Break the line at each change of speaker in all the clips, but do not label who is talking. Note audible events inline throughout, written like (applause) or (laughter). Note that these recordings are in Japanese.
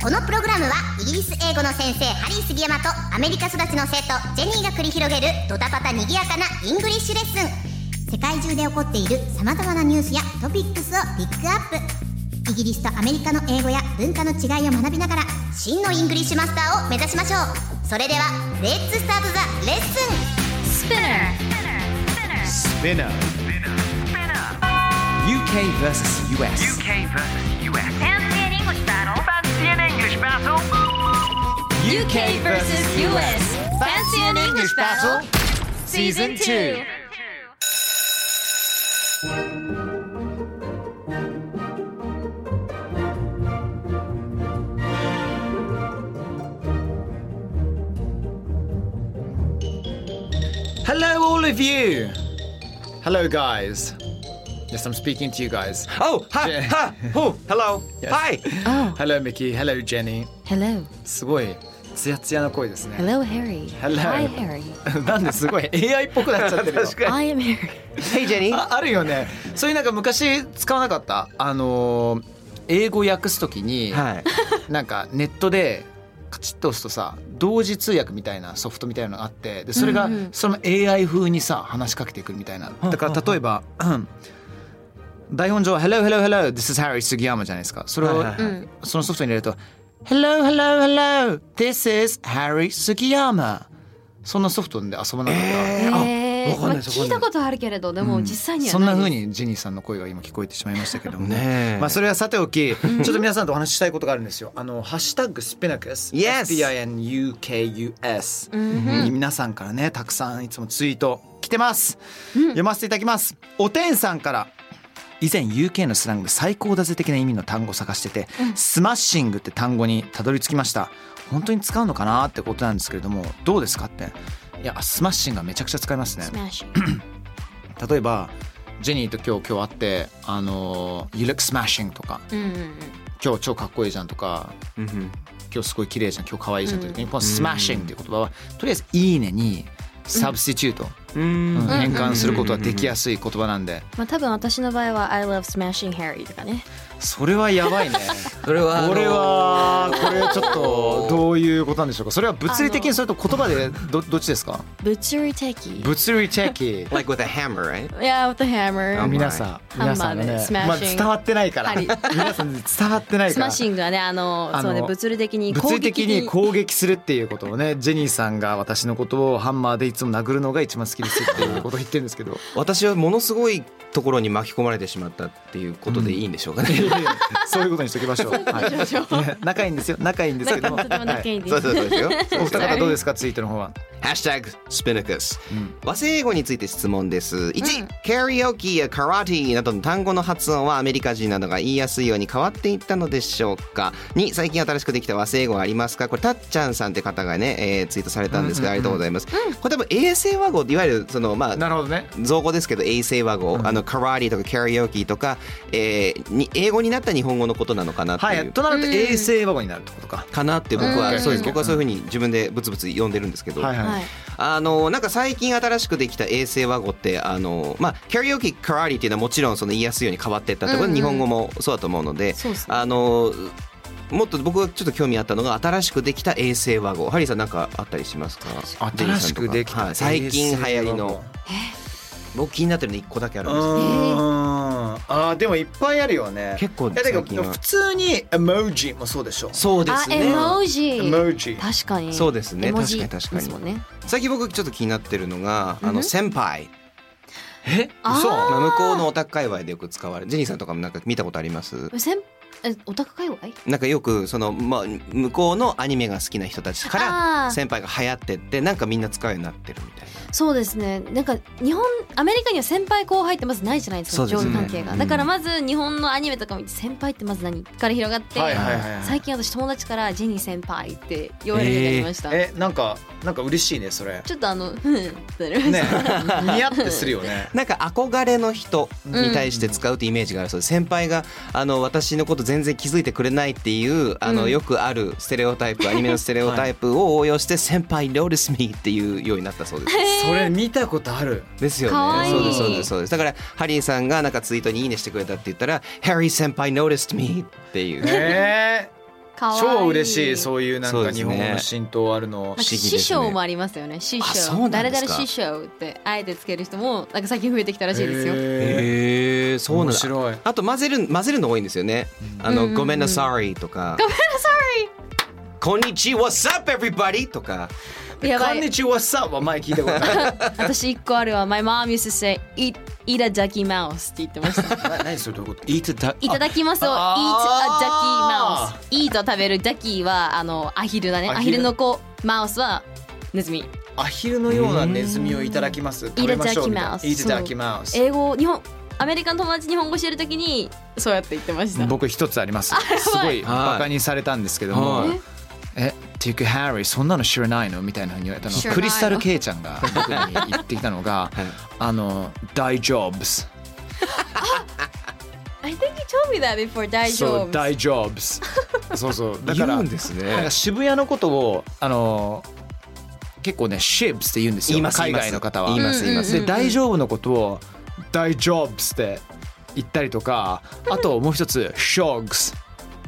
このプログラムはイギリス英語の先生ハリー杉山とアメリカ育ちの生徒ジェニーが繰り広げるドタパタにぎやかなイングリッシュレッスン世界中で起こっているさまざまなニュースやトピックスをピックアップイギリスとアメリカの英語や文化の違いを学びながら真のイングリッシュマスターを目指しましょうそれではレッツスタートザレッスン
Spinner. UK versus US.
UK versus US. Fancy an English battle. Fancy an English battle.
UK versus US.
Fancy an English battle.
Season 2.
Hello, all of you. Hello, guys. Yes, I'm speaking to you guys.
Oh, ha,
Yeah.
ha, oh, hello.
Yes.
Hi.
Oh
Hello, Mickey. Hello, Jenny.
hello
すごい、ツヤツヤの声ですね。 (laughs)
hello Harry
Hello.
hi Harry
なんですごい AI っぽくなっちゃってるよ。
I am
(laughs)
Harry
Hey,
(laughs)
Jenny.
ああるよね。そういうなんか昔使わなかった。あのー英語訳すときに、
Hi.
(laughs) なんかネットでカチッと押すとさ、同時通訳みたいなソフトみたいなのがあって、でそれが
うんうん
その AI 風にさ話しかけてくるみたいな。だから例えば。 (clears throat) 台本上は「Hello, hello, hello, this is Harry 杉山」じゃないですかそれを
はいはいはい
うん
そのソフトに入れると「Hello, hello, hello, this is Harry 杉山」そんなソフトで遊ばなかった、
え
わ
ー
かん
ま
な
あ
いです
聞いたことあるけれどでも実際には
そん
ない
な
です
風にジェニーさんの声が今聞こえてしまいましたけども
(laughs) ねえ
まあそれはさておき、ちょっと皆さんとお話ししたいことがあるんですよ。あのハッシュタグスピナクス、
Yes
S P I N U K U S に皆さんからねたくさんいつもツイート来てます。読ませていただきます。おてんさんから。以前 UK のスラング最高だぜ的な意味の単語を探してて、スマッシングって単語にたどり着きました本当に使うのかなってことなんですけれどもどうですかっていやスマッシングはめちゃくちゃ使いますね
スマッシュ
例えばジェニーと今日今日会って「あの You look smashing」とか
うんうんうん
「今日超かっこいいじゃん」とか
Mhm.
「今日すごい綺麗じゃん」「今日かわいいじゃん」という時にこの「smashing」っていう言葉はとりあえず「いいね」にサブスティチュート、うん変換することはできやすい言葉なんで
まあ多分私の場合は I love smashing Harry とかね
それはやば (laughs) いね
それはあの
これはこれちょっと (laughs) どういうことなんでしょうかそれは物理的にそれと言葉でどどっちですか
物理的
物理チェキ
Like with a hammer, right?
Yeah with the hammer
皆さん
ハンマー
皆さんが
で
ね、
smashing
まあ、伝わってないから
針
皆さん伝わってない
ス
か
マッ
ら
シングはねあの
あの
そうね物理的に
物理的に
攻撃
攻撃するっていうことをねジェニーさんが私のことをハンマーでいつも殴るのが一番好きですっていうことを言ってるんですけ (laughs) ど
私はものすごいところに巻き込まれてしまったっていうことでいいんでしょうかね。
そういうことにしときましょう。はい、仲いいんですよ仲いいんですけども。
とても仲いいん
(laughs)
で
そうそうそうですよ。
お二方どうですかツイートの方は。
ハッシュタグスピナクス、和製英語について質問です1、カラオケやカラティなどの単語の発音はアメリカ人などが言いやすいように変わっていったのでしょうか2最近新しくできた和製英語はありますかこれたっちゃんさんって方がね、えーツイートされたんですけど、ありがとうございます、これ多分衛星和語いわゆるそのまあ
なるほどね。
造語ですけど衛星和語、あのカラティとかカラオケとか、えーに英語になった日本語のことなのかなっていう、
はいとなると衛星ワゴンになるってことか。
かなって僕は、
うん
そうです僕はそういうふうに自分でブツブツ呼んでるんですけど、
はいはい。
はい
あのなんか最近新しくできた衛星和語ってあの、まあ、キャリオケカラリーっていうのはもちろんその言いやすいように変わっていったって、これ日本語もそうだと思うので
そうですね
あのもっと僕がちょっと興味あったのが新しくできた衛星和語ハリーさんなんかあったりしますか
新しくできた、
はい最近流行りの。僕気になってるの1個だけあ
う
るんですけど
ん。あーでもいっぱいあるよね。
結構
いやだけど
最近は
普通にエモジもそうでしょ。
そうで
あ
す
絵
ね
文
エ
字
モジ。
確かに
そうですね
絵文字
確かに確かに
ですもんね
最近僕ちょっと気になってるのがあの先輩
え？
あー
まあ向こうのオタク界隈でよく使われるジェニーさんとかもなんか見たことあります
先えオタク界隈
なんかよくその、まあ、向こうのアニメが好きな人たちから
あー
先輩が流行ってってなんかみんな使うようになってるみたいな。
そうですねなんか日本アメリカには先輩後輩ってまずないじゃないです
そ
か
うで
上
す
下
ね
関係が、だからまず日本のアニメとか見て先輩ってまず何から広がって、
はいはいはいはい
最近私友達からジェニー先輩って言われるようになりました、
えーえなんかなんか嬉しいねそ
(laughs)
れ
ちょっとあのふんってなりま
ね
した
似合ってするよ
(laughs)
ね
なんか憧れの人に対して使うってイメージがあるそうです、先輩があの私のこと全然気づいてくれないっていうあの、
うん
よくあるステレオタイプアニメのステレオタイプを応用して「先輩 notice me」っていうようになったそうです。
それ見たことあ
(laughs)
る
ですよ
かわ
ね。
いい
そうですそうですそうです。だからハリーさんがなんかツイートに「いいね」してくれたって言ったら「ハリー先輩 noticed me」っていう。
え
かわ
ー、
いい
超嬉しいそういうなん
そう
か
です
日
ね
本語の浸透あるの
なんか
不思議ですね
師匠もありますよね師
あそうな
匠
んですか
誰々師匠ってあえてつける人もなんか最近増えてきたらしいですよ、
え
へえ
ー、
そうなん
面
だ。
白い
あと混ぜる混ぜるの多いんですよね。あ
うん
の
うんうん
ごめんなさいとか。
ごめんなさ
こんにちは What's up everybody とか。
いやば
こん
い
にちはさは前聞いたこと
(laughs)
ない
私一個あるわ My mom used to say eat, eat a ducky mouse って言ってまし
(laughs)
た
な何それどういうこと
Eat that
いただきますを eat a
あ
ducky mouse eat を食べる ducky はあのアヒルだね
アヒル
アヒルの子マウスはネズミ
アヒルのようなネズミをいただきます食べましょうみたいないいた
た
だ
だ
き
き
ます
英語日本アメリカの友達日本語してるときにそうやって言ってました
僕一つありますすごいバカにされたんですけども、
はい
えティック・ハリーそんなの知らないのみたいなふうに言われた
知ら
のク
ないの
リスタル・ケイちゃんが僕らに言ってきたのが
はい
あの「大丈夫」
I think you told me that before 大丈
そう
夫
大丈夫そうそうだから
言うんです
なんか
ね。
渋谷のことをあの結構ね「シブス」って言うんですよ
言います
海外の方は
言います言います
で「大丈夫」のことを「大丈夫」って言ったりとかあともう一つ「ショーグス」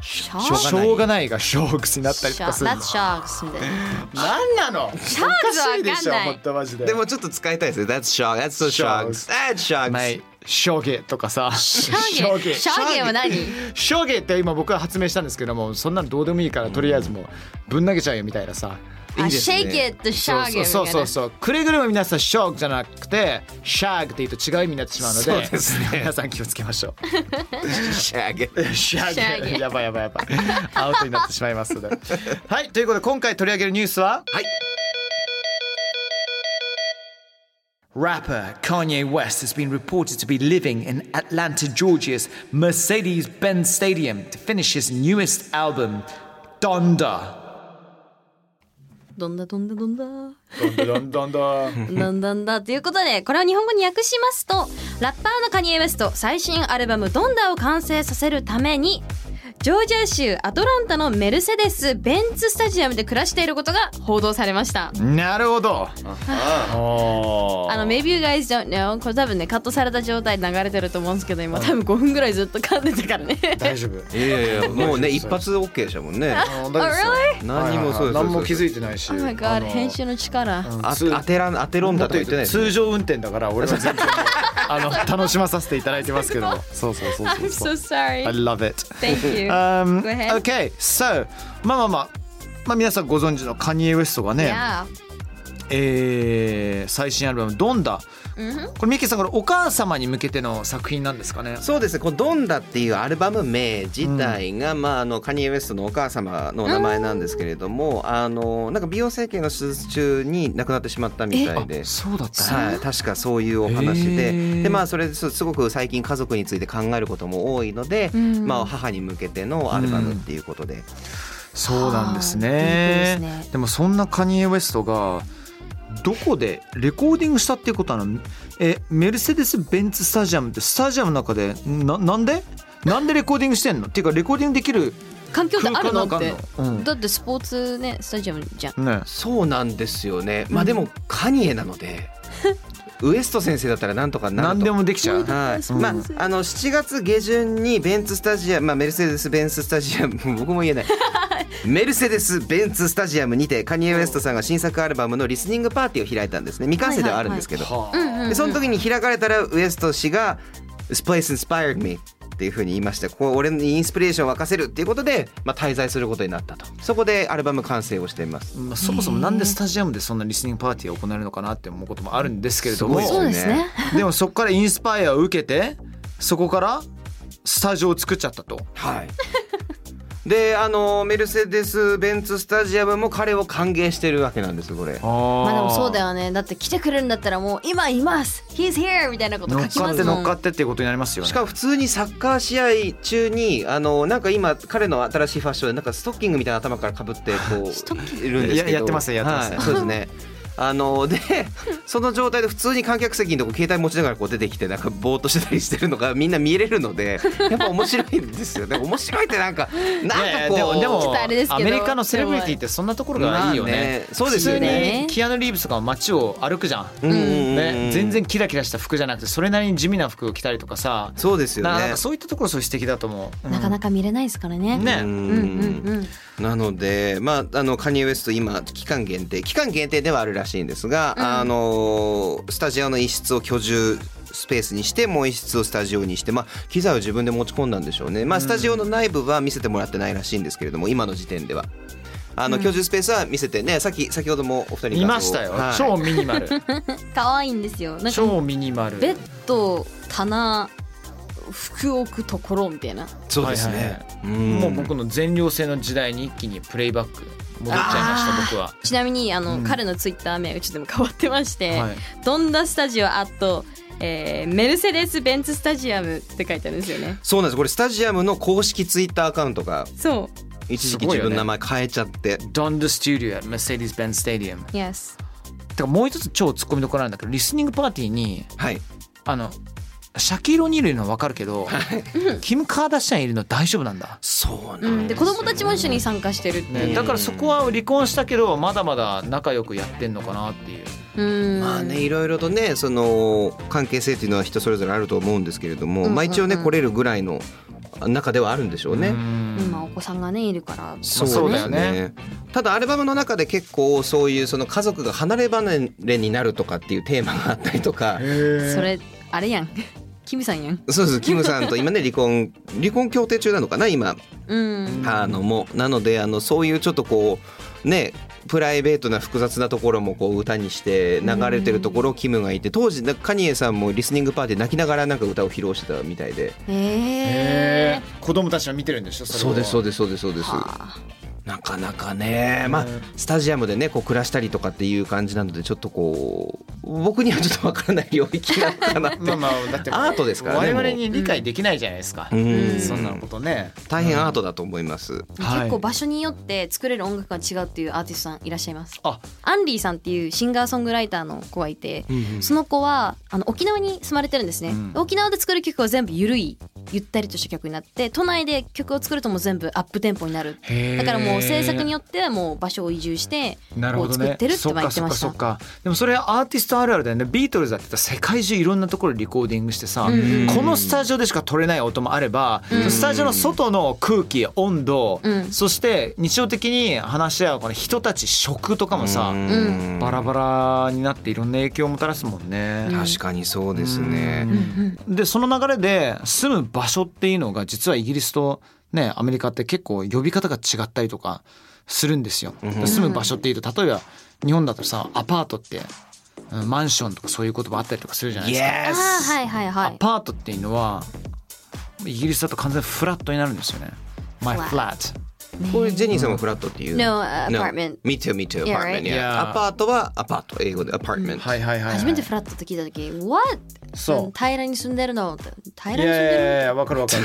シャ
しょ
ー
ョー
うがないが「ショーグス」になったりと
シャ
かす
ー
る
That's sharks みたい
(laughs)
な
なんなの
シャーグスはわかんない
当マジで
でもちょっと使いたいですね。That's shock. That's so shocks. That's shocks.
ないショーゲとかさ
シャーゲシャーゲは何
ショーゲって今僕は発明したんですけどもそんなのどうでもいいからとりあえずもうぶん投げちゃうよみたいなさ
い
あ
いですね
Shake it とシャーゲみたいな
そうそうそうそうくれぐれも皆さんショークじゃなくてシャーグって言うと違う意味になってしまうので
そうですね
皆さん気をつけましょ
(laughs) Shag.
うシャ
シャーグ
(laughs) やばいやばいやばいアウトになってしまいますの
(laughs)
ではいということで今回取り上げるニュースは
はい
ラッパー Kanye West has been reported to be living in Atlanta, Georgia's Mercedes-Benz Stadium to finish his newest album, Donda.
どんだどんだどんだ
Donda, Donda.
なんだんだということでこれを日本語に訳しますとラッパーのカニエ・ウェスト最新アルバム「ドンダ」を完成させるためにジョージア州アトランタのメルセデス・ベンツ・スタジアムで暮らしていることが報道されました。
(laughs) なるほど。おー
あの、maybe you guys don't know これ多分ねカットされた状態で流れてると思うんですけど今多分5分ぐらいずっと噛んでたからね。
大丈夫。
いやいやいやもう (laughs) ね一発 OK でしたもん
(laughs)
ね。
あの大丈夫
Oh
ですよ
really?
何もそうです。
何も気づ
い
いてないし。
Oh my
あ
god
の
編集の力。
あ当てらん当てろんだとか言ってないですね。
通常運転だから俺は (laughs) 全然あの楽しまさせていただいてますけども。そうそうそう
I'm
そ
so
う。I
sorry.
love it.
Thank you.
Um,
Go ahead.
okay, so まあまあまあ、まあ、皆さんご存知のカニエ・ウエストがね、
Yeah.
えー最新アルバム「ドンダ」これミッキーさんこれお母様に向けての作品なんですかね
そうですね、この「ドンダ」っていうアルバム名自体が、まあ、あのカニエ・ウエストのお母様の名前なんですけれども、あのなんか美容整形の手術中に亡くなってしまったみたいで。
そうだった
はい、確かそういうお話
へー
でで、まあ、それですすごく最近家族について考えることも多いので、
ん
まあ、母に向けてのアルバムっていうことで、
そうなんです
はあ
ね
ディープですね
でもそんなカニエ・ウエストがどこでレコーディングしたっていうことなのえメルセデス・ベンツ・スタジアムってスタジアムの中でななんでなんでレコーディングしてんのっていうかレコーディングできる
環境ってある
空間なん
の
か
っ
あ
て
る。のうん
だってスポーツねスタジアムじゃん。
ね
そうなんですよねまあでもカニエなの (laughs) でウエスト先生だったらなんとかなると
何でもできちゃう
はい、まあ、あの7月下旬にベンツスタジアム、まあ、メルセデス・ベンツスタジアム (laughs) 僕も言えないメルセデス・ベンツスタジアムにてカニエ・ウエストさんが新作アルバムのリスニングパーティーを開いたんですね未完成ではあるんですけど、でその時に開かれたらウエスト氏が「This place inspired me」っていうふうに言いましてこう俺にインスピレーションを沸かせるっていうことで、まあ、滞在することになったとそこでアルバム完成をしています
まあ、そもそもなんでスタジアムでそんなリスニングパーティーを行えるのかなって思うこともあるんですけれども
すごいですねそうです
ね
でもそこからインスパイアを受けてそこからスタジオを作っちゃったと。
(laughs) はい。で、あのメルセデスベンツスタジアムも彼を歓迎してるわけなんですよこ
ま
れ。
まあでもそうだよねだって来てくれるんだったらもう今います He's here みたいなこと
乗
書
っ
き
か
ま
っ
す
て
も
乗
ん
っかってっていうことになりますよね。
しかも普通にサッカー試合中にあのなんか今彼の新しいファッションでなんかストッキングみたいな頭からかぶってこ
(laughs)
ういるんですけど
ややってますねやってますね (laughs)
はいそうですねあのでその状態で普通に観客席のとこ携帯持ちながらこう出てきてなんかぼーっとしてたりしてるのがみんな見れる
(laughs)
のでやっぱ面白いんですよね面白いってなんかなんかこう
いやいやでもでも
ちょっとあれですけど
アメリカのセレブリティってそんなところがいいよね,、
まあねそうですよね
普通にキアヌ・リーブスとかも街を歩くじゃん、
うんうんうん
ね、全然キラキラした服じゃなくてそれなりに地味な服を着たりとかさ
そうですよ
ななん
ね
かそういったところすごい素敵だと思う、うん
なかなか見れないですからね
ね
う
うんんうんうん
なので、まあ、あのカニエ・ウェスト今期間限定期間限定ではあるらしいんですが、あのスタジオの一室を居住スペースにしてもう一室をスタジオにして、まあ、機材を自分で持ち込んだんでしょうね、まあ、スタジオの内部は見せてもらってないらしいんですけれども今の時点では。あの居住スペースは見せてね、さっき先ほどもお二人が
見ましたよ、
はい
超ミニ
(laughs)
マル
可愛いんですよなんか
超ミニマル
ベッド棚服置くところみたいな
そうですね、うん
もう僕の全寮制の時代に一気にプレイバック戻っちゃいました僕は。
ちなみにあの、
うん
彼のツイッター名がちょっとでも変わってまして、
はい
ドンダスタジオアット、えーメルセデス・ベンツ・スタジアムって書いてあるんですよね
そうなんですこれスタジアムの公式ツイッターアカウントが
そ
一時期
すごい
自
よね
分の名前変えちゃって、
ドンドスタジオ at Mercedes-Benz Stadium。
う Yes
てかもう一つ超ツッコミどころなんだけどリスニングパーティーに
はい
あのシャキーロニールいるの分かるけどキム・カーダシャンいるの大丈夫なんだ。
そう
う
なん
ん、
で
です子供たちも一緒に参加してるっていう、
ね、だからそこは離婚したけどまだまだ仲良くやってんのかなっていう
うん
まあね、いろいろとねその関係性っていうのは人それぞれあると思うんですけれども、まあ、一応ね来れるぐらいの中ではあるんでしょうね。
うんまあお子さんがねいるから
そうだよね。
ただアルバムの中で結構そういうその家族が離れ離れになるとかっていうテーマがあったりとか、
それあれやん (laughs) キムさんやん
そうですキムさんと今ね離婚離婚協定中なのかな今
うん
あのもうなのであのそういうちょっとこうねプライベートな複雑なところもこう歌にして流れてるところをキムがいて当時なんかカニエさんもリスニングパーティーで泣きながらなんか歌を披露してたみたいで
へえ
子供たちは見てるんでしょ
そうですそう
で
ですそうですそうです
は
なかなかねまあ
うん
スタジアムでねこう暮らしたりとかっていう感じなのでちょっとこう僕にはちょっとわからない領域なのかなって
(laughs) まあまあだって
アートですからね
我
もう
々に理解できないじゃないですか、
うん
そんなことね
大変アートだと思います、
結構場所によって作れる音楽が違うっていうアーティストさんいらっしゃいます
あ
アンリーさんっていうシンガーソングライターの子がいて、その子はあの沖縄に住まれてるんですね、
うん
沖縄で作る曲は全部ゆるいゆったりとした曲になって都内で曲を作るともう全部アップテンポになる
へー
だからもう制作によってはもう場所を移住して
なるほ
こう
ど
作
ね
ってるって
そっ
言
か
って
そっ
ま
か
し
そ
た
っかでもそれアーティストあるあるだよねビートルズだってさ世界中いろんなところでリコーディングしてさ、
うん
このスタジオでしか取れない音もあれば、
うん
スタジオの外の空気温度、
うん
そして日常的に話し合うこの人たち食とかもさ、
ん
バラバラになっていろんな影響をもたらすもんね。
確かにそうですね、
うんでその流れで住む場所っていうのが実はイギリスとねアメリカって結構呼び方が違ったりとかするんですよ。
ん
住む場所っていうと例えば日本だとさアパートってうんマンションとかそういう言葉あったりとかするじゃないですか。
ああはいはいは
ア
い
パートっていうのはイギリスだと完全にフラットになるんですよね。My flat。
これジェニーさんもフラットっていう
No, apartment.
Me too, me too,
Yeah,
apartment.
right?
Yeah.
Yeah.
アパートはアパート、英語で apartment。
はいはいはい、はい。
初めてフラットって聞いた時「What?
そう
平らに住んでるの?」って「平らに
いやい
住んでる
やいやわかるわかる。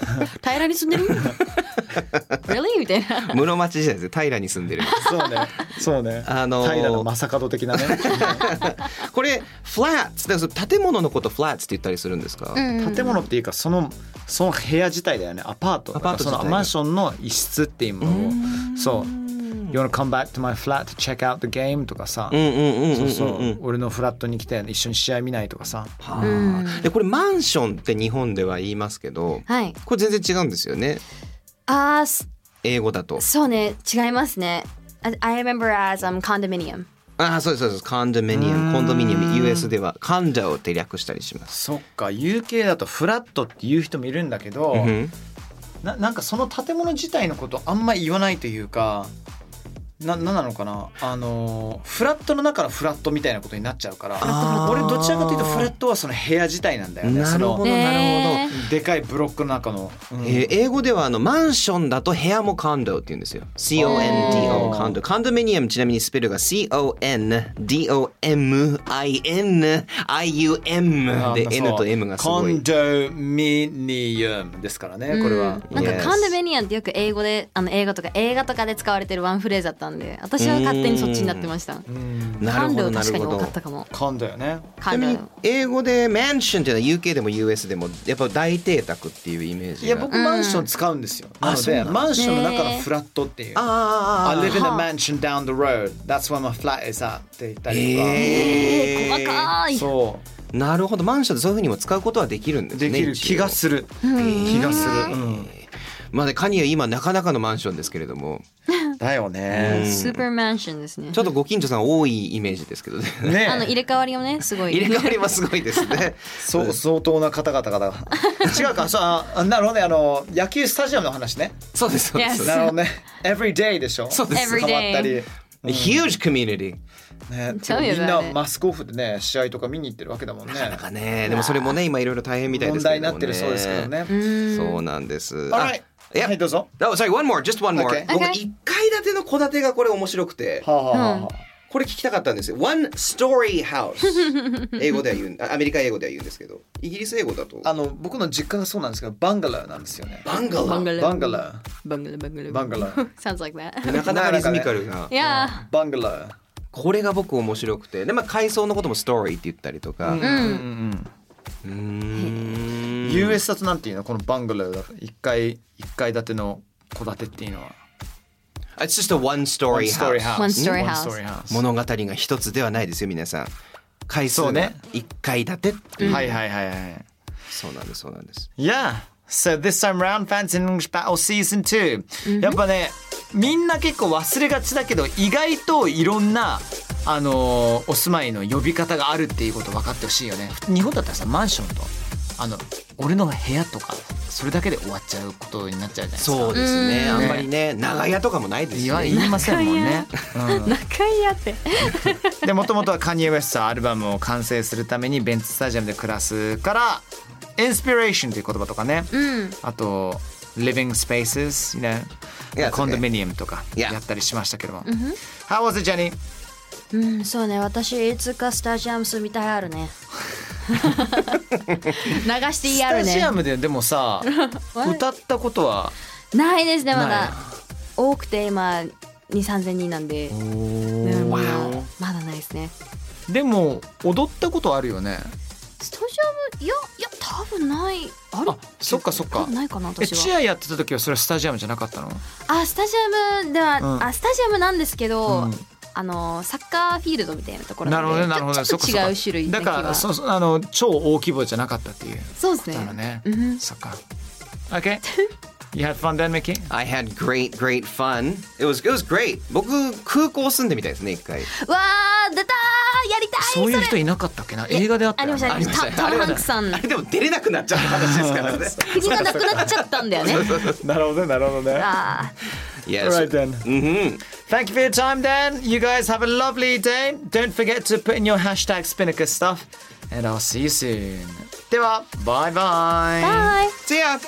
(laughs) 平らに住
(laughs)
んでる (laughs) ?Really? みたいな。
室町時代ですね、平に住んでる。
そうね。そうね。
あのー
平の正門的なね。
これ、flats、だから建物のこと flats って言ったりするんですか、
建物っていうかそのその部屋自体だよねアパート
アパー
そ
ト自体が
のマンションの一室っていうものをそう「You wanna come back to my flat to check out the game」とかさ、
うんうんうんうんうん
そううんそう俺のフラットに来て一緒に試合見ないとかさ
はあでこれマンションって日本では言いますけど、
はい。
これ全然違うんですよね
ああ、す
英語だと
そうね、違いますね。I I remember as um, condominium.
ああそうですそうですコンドミニアムコンドミニアム US ではコンドって略したりします
そっか UK だとフラットっていう人もいるんだけど、
うん
ななんかその建物自体のことあんま言わないというかななんなのかなあのーフラットの中のフラットみたいなことになっちゃうから
あー
俺どちらかというとフラットはその部屋自体なんだよね
な
そ
る
の
ほどなるほど。
でかいブロックの中の、うん
えー英語ではあのマンションだと部屋もコンドって言うんですよ。
お
CONDO
ー
コンド。コンドミニアムちなみにスペルが CONDOMINIUM で N と M がすご
コン
い。
ドミニアムですからねこれは、
うんなん
Yes
かカンドメニアンってよく英語であの映画とか映画とかで使われてるワンフレーズだったんで私は勝手にそっちになってました
うん
な
カ
る
ン
ほ
ド
どな
は
る
確かに
ほ
多かっ
ど
た。かも
コンドよね
カ
ち
ン
なみに
ド
英語でマンションっていうのは UK でも US でもやっぱ大邸宅っていうイメージ
いや
が。
僕マンション使うんですよ、なの
そう
で
なんだ
マンションの中のフラットっていう、
あ
I
ーあーあー
live in a mansion down the road that's where my flat is at って言ったりとか、
え
細
ー
かい
そ
なるほどマンションでそういうふうにも使うことはできるんで
う
すね
できる
一応
気がする気がする、
まあねカニエ今なかなかのマンションですけれども
うんだよね、
スーパーマンションですね
ちょっとご近所さん多いイメージですけどね
ね
あの入れ替わりもねすごい
(laughs) 入れ替わりはすごいで
(laughs)
すね
そう相当な方
(laughs)
々が違うかそうあ (laughs) なるほどねあの野球スタジアムの話ね
そうですそうです
Yes
なるほどね everyday でしょ
そうです
Every
変わったり
day
うん Huge community
ね、
Tell me
みんな
about it
マスクオフでね試合とか見に行ってるわけだもんね
なんかねでもそれもね今いろいろ大変みたいで
問
すけ
題
れ
に
ど
な
も
っ
ね
てるそうですけどね
そうなんですあ
Alright
Yep
はいどうぞ
Oh, sorry, one more, just one more.
Okay.
僕
Okay.
一階建ての戸建てがこれ面白くて、
はあはあはあはあ
これ聞きたかったんですよ。One story house. 英語では言うん、あアメリカ英語では言うんですけど、イギリス英語だと。
あの僕の実家がそうなんですけどバンガラーなんですよね
バンガ
バンガ
ラ。
ラ
バンガラー
バンガラバンガラ
バンガラー
(laughs) sounds like that
なかなかリズミカルな。
いや
バンガラー
これが僕面白くてでまあ階層のこともストーリーって言ったりとか、う
うん
ーん
US だとなんていうのこのバンガラーだ一階一階建ての戸建てっていうのは
It's just a one story house
One story house
物語が一つではないですよ皆さん階層
そう
が
ね
一階建てっていう
はいはいはいはい
そうなんですそうなんです
Yeah. So this time round, Fancy in English Battle Season 2、やっぱね、みんな結構忘れがちだけど、意外といろんな、あのーお住まいの呼び方があるっていうこと分かってほしいよね。日本だったらさ、マンションと、あの、俺の部屋とか、それだけで終わっちゃうことになっちゃうじゃないですか。
そうですねあんまりね長屋とかもないです
言
よ
わ
ね
言いませんもんね。うん
(laughs) ー仲いいやって
でもともとはカニエ・ウェストはアルバムを完成するためにベンツスタジアムで暮らすからインスピレーションという言葉とかね、あと Living Spaces you know
Yeah, it's okay.
コンドミニアムとか
Yeah.
やったりしましたけども、How was it Jenny?
うんそうね私いつかスタジアム住みたいあ
(laughs)
るね流して
ス
やる
タジ
ね
アムででも
(laughs)
さ歌ったことは
ないですね
な
ま
い
だ多くて今2 3千人なんで、うんまだまだないですね
でも踊ったことあるよね
スタジアムいやいや多分ないある
あそっかそっ
多
か
分ないかな
え
私
チ
は
アやってた時はそれはスタジアムじゃなかったの
あスタジアムでは、
うん
あスタジアムなんですけ
う
ど、
ん
あのサッカーフィールドみたいなところ
なるほどね
んで
なるほどね
ちょっと
そっかそっ
違
か
う種類な
だ
気
か
は
らそうそうあの超大規模じゃなかったっていう
そうですね
だよね
うん
そっか
(laughs)
OK You had fun then Mickey?
I had great great fun it was it was great 僕空港住んでみたいですね一回
うわー出たーやりたい
そういう人いなかったっけな映画であった
あり
よ
ましたあ
ね
りましたタ
あ
ト
り
ム・
ました
ハンクさん
あれでも出れなくなっちゃった話です (laughs) からね
国がなくなっちゃったんだよね
(laughs) なるほどねなるほどね
あ
Yes
Alright then
うんうん
Thank you for your time then You guys have a lovely day Don't forget to put in your hashtag Spinnaker stuff And I'll see you soon ではバイバイ
ーはい
See ya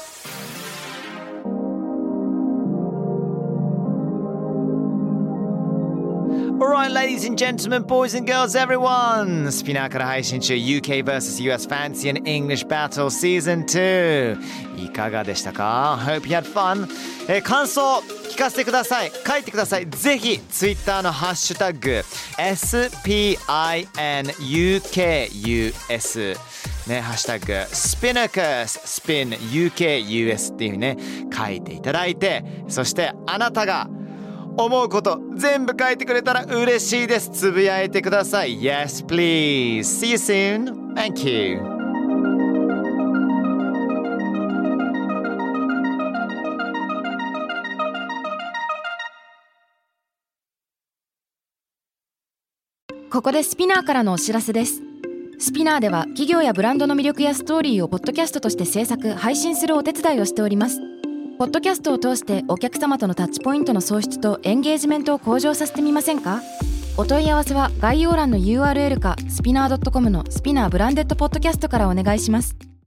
Alright, ladies and gentlemen, boys and girls, everyone! スピナーから配信中 UK vs.US Fancy and English Battle Season 2いかがでしたか ?Hope you had fun! えー感想聞かせてください書いてくださいぜひ Twitter のハッシュタグ SPINUKUS ね、ハッシュタグ、スピナカス、スピン、UK、US っていうふうにね、書いていただいて、そしてあなたが思うこと全部書いてくれたら嬉しいです。つぶやいてください。Yes, please. See you soon. Thank you.
Yes ここでスピナーからのお知らせですスピナーでは企業やブランドの魅力やストーリーをポッドキャストとして制作配信するお手伝いをしておりますポッドキャストを通してお客様とのタッチポイントの創出とエンゲージメントを向上させてみませんかお問い合わせは概要欄の URL かスピナー .com のスピナーブランデッドポッドキャストからお願いします